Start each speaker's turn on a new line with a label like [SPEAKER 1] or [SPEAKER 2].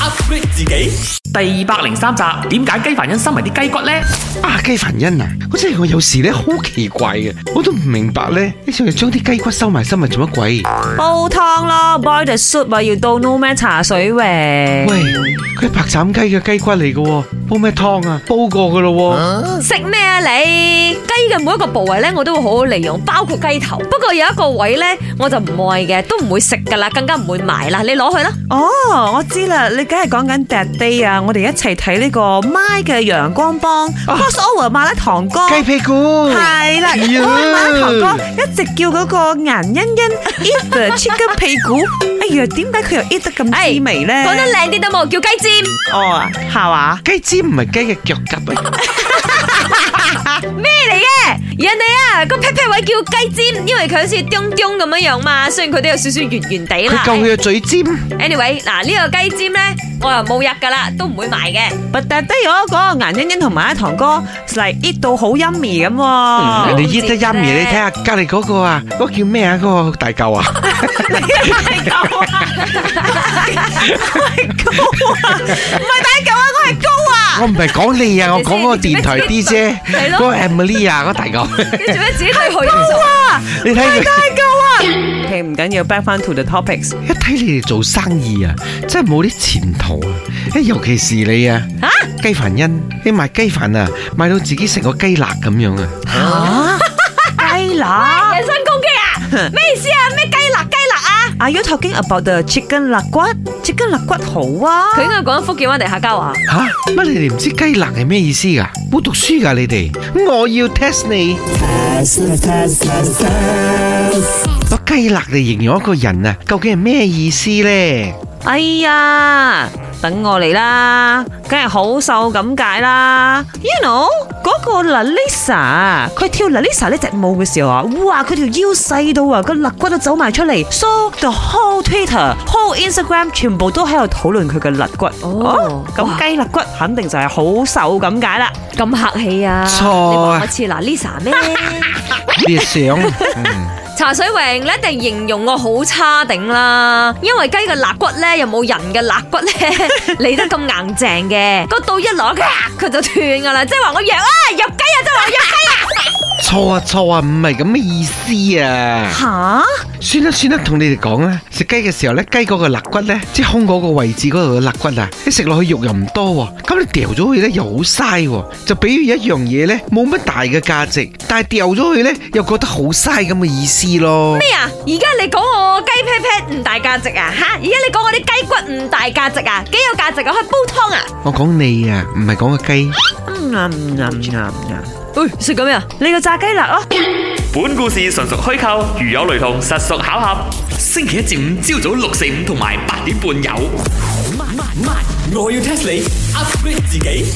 [SPEAKER 1] upgrade 自己。第二百零三集，點解雞凡欣收埋啲雞骨呢？
[SPEAKER 2] 啊，雞凡欣啊，好似我有時咧好奇怪嘅，我都唔明白咧，你成日將啲雞骨收埋收埋做乜鬼？
[SPEAKER 3] 煲湯咯，boil the soup 咪要到 no man 茶水榮。
[SPEAKER 2] 喂，佢係白斬雞嘅雞骨嚟嘅喎，煲咩湯啊？煲過嘅咯喎。
[SPEAKER 3] 食咩啊你？雞嘅每一個部位咧，我都會好好利用，包括雞頭。不過有一個位咧，我就唔愛嘅，都唔會食噶啦，更加唔會埋啦。你攞去啦。
[SPEAKER 4] 哦，我知啦，你梗係講緊 That Day 啊！我哋一齊睇呢個 My 嘅陽光幫 crossover 馬拉糖哥，
[SPEAKER 2] 啊雞屁股。
[SPEAKER 4] 係啦，
[SPEAKER 2] 哎呀
[SPEAKER 4] 馬拉糖哥一直叫嗰個顏欣欣 eat the chicken 屁股。哎呀，點解佢又 eat 得咁
[SPEAKER 3] 哎
[SPEAKER 4] 滋味咧？
[SPEAKER 3] 講得靚啲得冇，叫雞尖
[SPEAKER 4] 哦，係嘛？
[SPEAKER 2] 雞尖唔係雞嘅腳骨啊！
[SPEAKER 3] 咩嚟嘅？人哋啊個 pat pat 位叫雞尖，因為佢好似咚咚咁樣樣嘛。雖然佢都有少少圓圓地
[SPEAKER 2] 佢
[SPEAKER 3] 啦。
[SPEAKER 2] 夠佢嘅嘴尖。
[SPEAKER 3] Anyway，嗱呢個雞尖咧，我又冇入噶啦，都唔會埋嘅。
[SPEAKER 4] But That Day oh, 嗰個顏欣欣同馬拉糖哥嚟 eat 到好 yummy 咁
[SPEAKER 3] 哦
[SPEAKER 4] 喎。
[SPEAKER 2] 人哋醃得陰嘢，你睇下隔離嗰個啊，嗰個叫咩啊？嗰個大嚿啊！
[SPEAKER 4] 大狗啊！我係高啊，唔係大狗啊，我係高啊！
[SPEAKER 2] 我唔係講你啊，我講嗰個電台 DJ，
[SPEAKER 3] 係咯
[SPEAKER 2] 嗰個 Emily 啊，嗰個大嚿，
[SPEAKER 3] 你做咩自己對號入座？
[SPEAKER 2] 你睇佢。
[SPEAKER 4] OK，唔緊要，back 翻 to the topics。
[SPEAKER 2] 一睇你哋做生意啊，真係冇啲前途啊！誒，尤其是你啊，雞凡欣，你賣雞飯啊，賣到自己成個雞肋咁樣啊！
[SPEAKER 4] 嚇！雞乸
[SPEAKER 3] 人身攻擊啊？咩意思啊？咩雞肋雞肋啊？
[SPEAKER 4] ，Are you talking about the chicken 肋骨？chicken 肋骨好啊
[SPEAKER 3] 佢。應該講福建話定客家話。
[SPEAKER 2] 吓、乜你哋唔知雞肋係咩意思噶？冇讀書噶你哋，我要 test 你。個雞肋嚟形容一個人啊，究竟係咩意思咧？
[SPEAKER 4] 哎呀，等我嚟啦，梗係好瘦咁解啦。You know 嗰個 Lalisa，佢跳 Lalisa 呢隻舞嘅時候啊，哇，佢條腰細到啊，個肋骨都走埋出嚟。So the whole Twitter、whole Instagram 全部都喺度討論佢嘅肋骨。
[SPEAKER 3] 哦
[SPEAKER 4] 咁雞肋骨肯定就係好瘦咁解啦。
[SPEAKER 3] 咁客氣啊！
[SPEAKER 2] 錯啊
[SPEAKER 3] 你話我似嗱 Lisa 咩？
[SPEAKER 2] 你想？嗯
[SPEAKER 3] 茶水榮，你一定形容我好差頂啦，因為雞嘅肋骨咧又冇人嘅肋骨咧 嚟得咁硬淨嘅，個刀一攞咔佢就斷噶啦，即係話我弱啊，弱雞啊，即係話我弱雞啊！
[SPEAKER 2] 錯啊錯啊，唔係咁嘅意思啊！
[SPEAKER 4] 吓？
[SPEAKER 2] 算啦算啦，同你哋講啦，食雞嘅時候咧，雞嗰個肋骨咧，即係胸嗰個位置嗰度嘅肋骨啊，你食落去肉又唔多喎，咁你掉咗佢咧又好嘥喎，就比如一樣嘢咧冇乜大嘅價值，但係掉咗佢咧又覺得好嘥咁嘅意思咯。
[SPEAKER 3] 咩啊？而家你講我雞 pat pat 唔大價值啊？吓！而家你講我啲雞骨唔大價值啊？幾有價值啊？可以煲湯啊？
[SPEAKER 2] 我講你啊，唔係講個雞。
[SPEAKER 4] 嗯啊嗯啊嗯啊嗯啊
[SPEAKER 3] 喂，食緊咩啊？
[SPEAKER 4] 你個炸雞肋咯。
[SPEAKER 5] 本故事純屬虛構，如有雷同，實屬巧合。星期一至五朝早六四五同埋八點半有。
[SPEAKER 1] 慢慢，我要 test 你 upgrade 自己。